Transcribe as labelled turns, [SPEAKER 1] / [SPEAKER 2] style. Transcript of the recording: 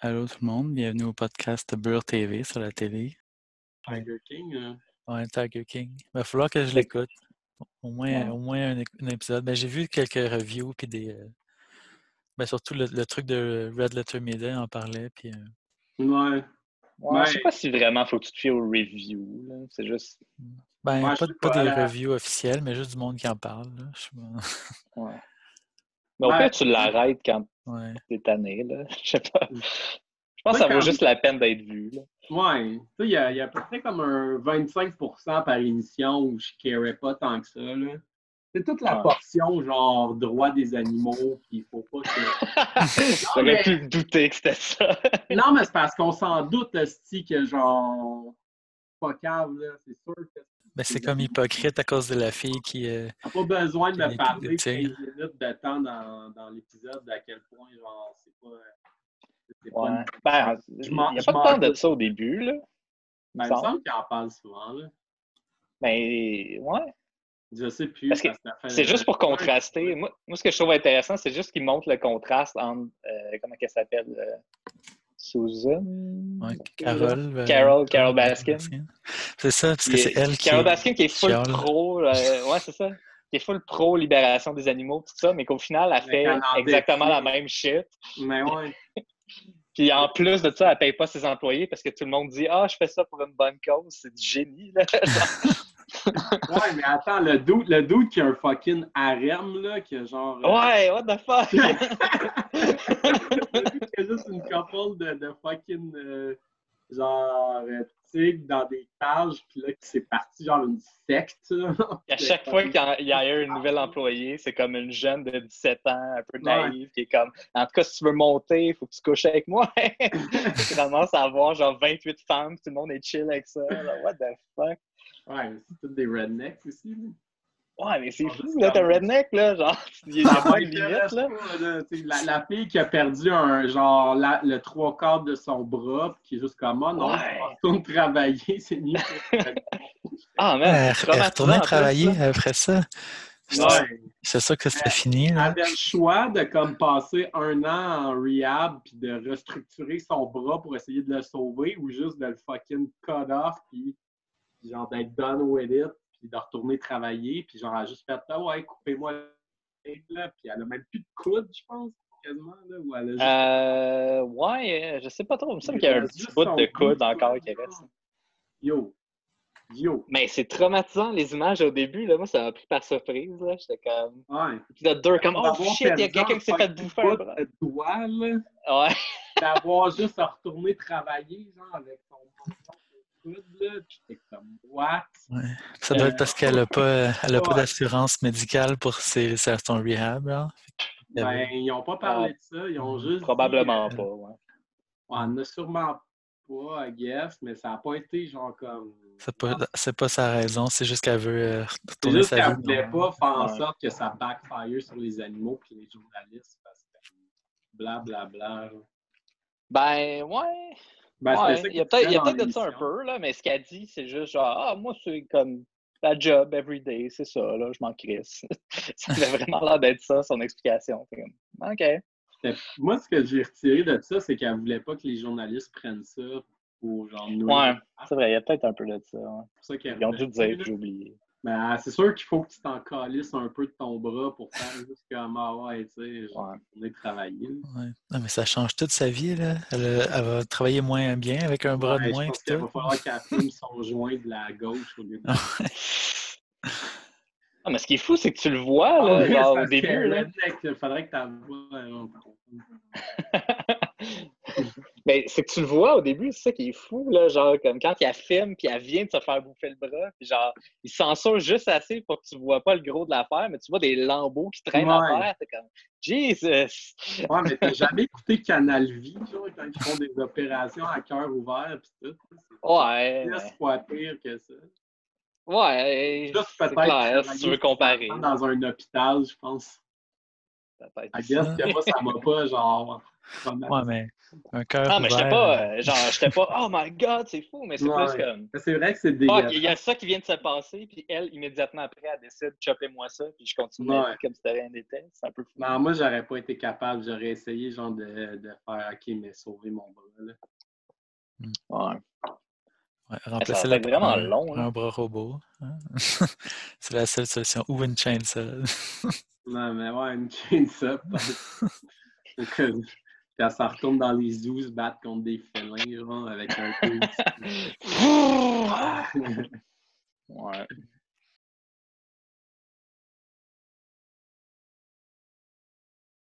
[SPEAKER 1] Allô tout le monde, bienvenue au podcast Bure TV sur la télé.
[SPEAKER 2] Tiger King. euh,
[SPEAKER 1] Ouais, Tiger King. Il va falloir que je l'écoute. Au moins,
[SPEAKER 3] Ouais.
[SPEAKER 1] au moins un, é- un épisode. Ben, j'ai vu quelques reviews, puis des. euh, ben, surtout le, le truc de Red Letter Media en parlait. Puis, euh,
[SPEAKER 2] Ouais.
[SPEAKER 3] Ouais, Je sais
[SPEAKER 2] Ouais.
[SPEAKER 3] pas si vraiment faut que tu te fies aux reviews. là. C'est juste.
[SPEAKER 1] ben,
[SPEAKER 2] Ouais, je
[SPEAKER 1] pas,
[SPEAKER 2] sais
[SPEAKER 1] pas
[SPEAKER 2] pas,
[SPEAKER 1] des
[SPEAKER 2] euh,
[SPEAKER 1] reviews officielles, mais juste du monde qui en parle. là. Je-
[SPEAKER 3] Ouais. Mais au
[SPEAKER 2] Ouais.
[SPEAKER 3] pire, tu l'arrêtes quand
[SPEAKER 1] Ouais.
[SPEAKER 3] t'es tanné. Là. Je sais pas.
[SPEAKER 2] Mm.
[SPEAKER 3] Je pense que ça
[SPEAKER 2] Ouais,
[SPEAKER 3] vaut
[SPEAKER 2] quand-
[SPEAKER 3] juste la peine d'être vu. là.
[SPEAKER 2] Ouais. Tu sais, il y a, il y a à peu près comme un 25 par émission où je ne pas tant que ça. là. C'est toute la
[SPEAKER 3] Ouais.
[SPEAKER 2] portion, genre, droit des animaux, puis il faut pas que.
[SPEAKER 3] J'aurais
[SPEAKER 2] mais-
[SPEAKER 3] pu me douter que c'était ça.
[SPEAKER 2] non, mais c'est parce qu'on s'en doute, Esti, que genre. Pas cave, là. C'est sûr que
[SPEAKER 1] Ben, c'est comme hypocrite à cause de la fille qui. euh,
[SPEAKER 2] t'as pas besoin de
[SPEAKER 1] Qu'il y a
[SPEAKER 2] me
[SPEAKER 1] des
[SPEAKER 2] parler
[SPEAKER 1] coups de
[SPEAKER 2] 15
[SPEAKER 1] tigre.
[SPEAKER 2] minutes de temps dans, dans l'épisode d'à quel point, genre, c'est pas. c'est pas
[SPEAKER 3] Ouais.
[SPEAKER 2] une-
[SPEAKER 3] Ben,
[SPEAKER 2] Je
[SPEAKER 3] il
[SPEAKER 2] m'en-
[SPEAKER 3] n'y a
[SPEAKER 2] je
[SPEAKER 3] pas
[SPEAKER 2] m'en
[SPEAKER 3] tant de
[SPEAKER 2] doute.
[SPEAKER 3] ça au début. Là.
[SPEAKER 2] Ben, il me semble qu'il en parle souvent, là.
[SPEAKER 3] Mais ouais.
[SPEAKER 2] Je sais plus.
[SPEAKER 3] Parce que
[SPEAKER 2] que ça fait-
[SPEAKER 3] C'est juste pour
[SPEAKER 2] Euh, Ouais,
[SPEAKER 3] contraster. Moi, moi, ce que je trouve intéressant, c'est juste qu'il montre le contraste entre. euh, comment qu'elle s'appelle euh, Susan
[SPEAKER 1] ouais, Carole. euh,
[SPEAKER 3] Carole- Carole Baskin.
[SPEAKER 1] C'est ça, parce que
[SPEAKER 3] Qui
[SPEAKER 1] c'est
[SPEAKER 3] est-
[SPEAKER 1] elle qui.
[SPEAKER 3] Carole Baskin hein? qui est full
[SPEAKER 1] chiale.
[SPEAKER 3] pro. euh, ouais, c'est ça. Qui est full pro libération des animaux, tout ça, mais qu'au final, elle
[SPEAKER 2] Mais
[SPEAKER 3] fait
[SPEAKER 2] qu'elle en
[SPEAKER 3] exactement la
[SPEAKER 2] détruit.
[SPEAKER 3] même shit.
[SPEAKER 2] Mais ouais.
[SPEAKER 3] Puis en plus de ça, elle paye pas ses employés parce que tout le monde dit Ah, je fais ça pour une bonne cause, c'est du génie. Là.
[SPEAKER 2] Ouais, mais attends, le doute, le doute qui a un fucking harem, là, qui a genre. euh,
[SPEAKER 3] ouais, what the fuck
[SPEAKER 2] le dude qui a juste une couple de, de fucking. euh, genre. euh, tigres dans des cages, puis là, qui s'est parti, genre une secte, là.
[SPEAKER 3] À chaque fois qu'il y a- il y a eu un nouvel employé, c'est comme une jeune de 17 ans, un peu naïve, qui est comme En tout cas, si tu veux monter, il faut que tu couches avec moi. Finalement, ça va avoir genre 28 femmes, tout le monde est chill avec ça. là. What the fuck
[SPEAKER 2] Ouais, c'est tous des rednecks aussi, là.
[SPEAKER 3] Ouais, mais c'est
[SPEAKER 2] Ah,
[SPEAKER 3] fou,
[SPEAKER 2] c'est Ah,
[SPEAKER 3] là,
[SPEAKER 2] quand
[SPEAKER 3] t'es
[SPEAKER 2] même-
[SPEAKER 3] redneck, là, genre, il y a pas de limite, là.
[SPEAKER 2] La, la fille qui a perdu un genre la- le trois quarts de son bras, puis qui est juste comme Ah, non,
[SPEAKER 3] Ouais.
[SPEAKER 2] je retourne travailler, c'est mieux.
[SPEAKER 3] Ah,
[SPEAKER 1] Elle,
[SPEAKER 3] man, c'est
[SPEAKER 1] elle retournait
[SPEAKER 3] traumatisant, en plus,
[SPEAKER 1] Euh, travailler
[SPEAKER 3] là.
[SPEAKER 1] après ça.
[SPEAKER 2] Ouais.
[SPEAKER 1] C'est ça que c'était fini.
[SPEAKER 2] Elle
[SPEAKER 1] Là.
[SPEAKER 2] avait le choix de comme passer un an en rehab puis de restructurer son bras pour essayer de le sauver ou juste de le fucking cut off puis genre d'être done with it puis de retourner travailler puis genre elle a juste fait ah ouais coupez-moi le là puis elle a même plus de coude je pense quasiment là ou elle a juste
[SPEAKER 3] Euh, ouais, euh, je sais pas trop, il me semble qu'il y a un petit
[SPEAKER 2] juste
[SPEAKER 3] bout
[SPEAKER 2] son
[SPEAKER 3] de coude
[SPEAKER 2] bout,
[SPEAKER 3] encore
[SPEAKER 2] là.
[SPEAKER 3] qui reste.
[SPEAKER 2] Yo yo
[SPEAKER 3] Mais c'est traumatisant, les images au début, là, moi, ça m'a pris par surprise, là, j'étais comme...
[SPEAKER 2] ouais
[SPEAKER 3] Épisode 2, comme, oh
[SPEAKER 2] D'avoir
[SPEAKER 3] shit, il y a
[SPEAKER 2] perdu
[SPEAKER 3] quelqu'un
[SPEAKER 2] un
[SPEAKER 3] qui s'est fait
[SPEAKER 2] fucking
[SPEAKER 3] bouffer un
[SPEAKER 2] bout
[SPEAKER 3] bras.
[SPEAKER 2] de doigt là
[SPEAKER 3] Ouais,
[SPEAKER 2] d'avoir juste à retourner travailler, genre, avec son bon coude, là, pis t'es comme, what?
[SPEAKER 1] Ça doit être parce qu'elle n'a pas, elle a pas
[SPEAKER 2] Ouais.
[SPEAKER 1] d'assurance médicale pour ses, sa- son rehab. là.
[SPEAKER 2] Ben, ils n'ont pas parlé de ça, ils ont juste. dit,
[SPEAKER 3] probablement pas, ouais.
[SPEAKER 2] euh, on en a sûrement pas, I guess, mais ça n'a pas été, genre, comme.
[SPEAKER 1] C'est pas, c'est pas sa raison, c'est juste qu'elle veut euh,
[SPEAKER 2] Ah. C'est
[SPEAKER 1] retourner
[SPEAKER 2] juste
[SPEAKER 1] sa
[SPEAKER 2] qu'elle
[SPEAKER 1] vie.
[SPEAKER 2] voulait
[SPEAKER 1] normale.
[SPEAKER 2] pas faire en
[SPEAKER 3] Ouais.
[SPEAKER 2] sorte que ça backfire sur les animaux puis les journalistes, parce que blablabla. Bla, bla.
[SPEAKER 3] Ben, ouais,
[SPEAKER 2] Ben,
[SPEAKER 3] Ouais,
[SPEAKER 2] c'était ça
[SPEAKER 3] il y a
[SPEAKER 2] qu'il
[SPEAKER 3] peut-être
[SPEAKER 2] disait
[SPEAKER 3] il y a
[SPEAKER 2] dans
[SPEAKER 3] peut-être de ça un
[SPEAKER 2] l'émission.
[SPEAKER 3] peu, là, mais ce qu'elle dit, c'est juste genre, ah, moi, c'est comme la job, everyday, c'est ça, là, je m'en crisse. ça avait vraiment l'air d'être ça, son explication. Fait comme, OK.
[SPEAKER 2] C'était- Moi, ce que j'ai retiré de ça, c'est qu'elle voulait pas que les journalistes prennent ça pour, genre, nous.
[SPEAKER 3] Ouais, c'est vrai, il y a peut-être un peu de ça. ouais.
[SPEAKER 2] C'est pour ça qu'elle
[SPEAKER 3] Ils ont dû
[SPEAKER 2] revenait
[SPEAKER 3] dire, j'ai oublié.
[SPEAKER 2] Ben, c'est sûr qu'il faut que tu t'en calisses un peu de ton bras pour faire juste comme ah ouais, tu sais, genre,
[SPEAKER 3] Ouais.
[SPEAKER 2] on est travaillé. là.
[SPEAKER 1] Ouais. Non, mais ça change toute sa vie. Là. Elle, a- elle va travailler moins bien avec un bras
[SPEAKER 2] Ouais,
[SPEAKER 1] de
[SPEAKER 2] je
[SPEAKER 1] moins.
[SPEAKER 2] pense
[SPEAKER 1] pis
[SPEAKER 2] qu'il va
[SPEAKER 1] tout.
[SPEAKER 2] falloir qu'elle fume son joint de la gauche au lieu de
[SPEAKER 3] Ah, mais ce qui est fou, c'est que tu le vois, là,
[SPEAKER 2] Ah Ouais, c'est
[SPEAKER 3] genre, au
[SPEAKER 2] parce que
[SPEAKER 3] début, là.
[SPEAKER 2] redneck, Il faudrait que euh, tu
[SPEAKER 3] Ben, c'est que tu le vois au début, c'est ça qui est fou, là, genre, comme quand il filme, puis elle vient de se faire bouffer le bras, puis genre, il censure juste assez pour que tu vois pas le gros de l'affaire, mais tu vois des lambeaux qui traînent à
[SPEAKER 2] Ouais.
[SPEAKER 3] terre, t'es comme, Jesus!
[SPEAKER 2] Ouais, mais t'as jamais écouté Canal Vie, genre, quand ils font des opérations à cœur ouvert pis tout.
[SPEAKER 3] Ouais,
[SPEAKER 2] C'est dix fois pire que ça.
[SPEAKER 3] ouais,
[SPEAKER 2] Juste
[SPEAKER 3] c'est
[SPEAKER 2] peut-être
[SPEAKER 3] clair, si
[SPEAKER 2] travailler
[SPEAKER 3] tu veux comparer.
[SPEAKER 2] Dans un hôpital, je pense.
[SPEAKER 3] peut-être.
[SPEAKER 2] I guess que moi, ça m'a pas, genre,
[SPEAKER 1] Ouais, mais un cœur.
[SPEAKER 3] Ah, mais j'étais
[SPEAKER 1] ouvert,
[SPEAKER 3] pas,
[SPEAKER 1] euh,
[SPEAKER 3] euh, genre, j'étais pas, oh my god, c'est fou, mais c'est
[SPEAKER 2] Ouais.
[SPEAKER 3] plus comme,
[SPEAKER 2] C'est vrai que c'est
[SPEAKER 3] Ah,
[SPEAKER 2] dégueulasse.
[SPEAKER 3] il y a ça qui vient de se passer, puis elle, immédiatement après, elle décide, chopez-moi ça, puis je continue
[SPEAKER 2] Ouais.
[SPEAKER 3] ma vie comme si de rien n'était. C'est un peu fou.
[SPEAKER 2] Non, moi, j'aurais pas été capable. J'aurais essayé, genre, de, de faire OK, mais sauver mon bras. Là.
[SPEAKER 3] Ouais.
[SPEAKER 1] ouais,
[SPEAKER 3] Ça
[SPEAKER 1] remplacer
[SPEAKER 3] fait
[SPEAKER 1] la
[SPEAKER 3] vraiment
[SPEAKER 1] par un-
[SPEAKER 3] long, là.
[SPEAKER 1] Un bras robot. hein. c'est la seule solution. Ou une chainsaw.
[SPEAKER 2] Non, mais ouais, une chainsaw. peut-être. Puis elle s'en retourne dans les zoos, se battre contre des Ah. félins, genre, avec un peu.
[SPEAKER 3] ouais.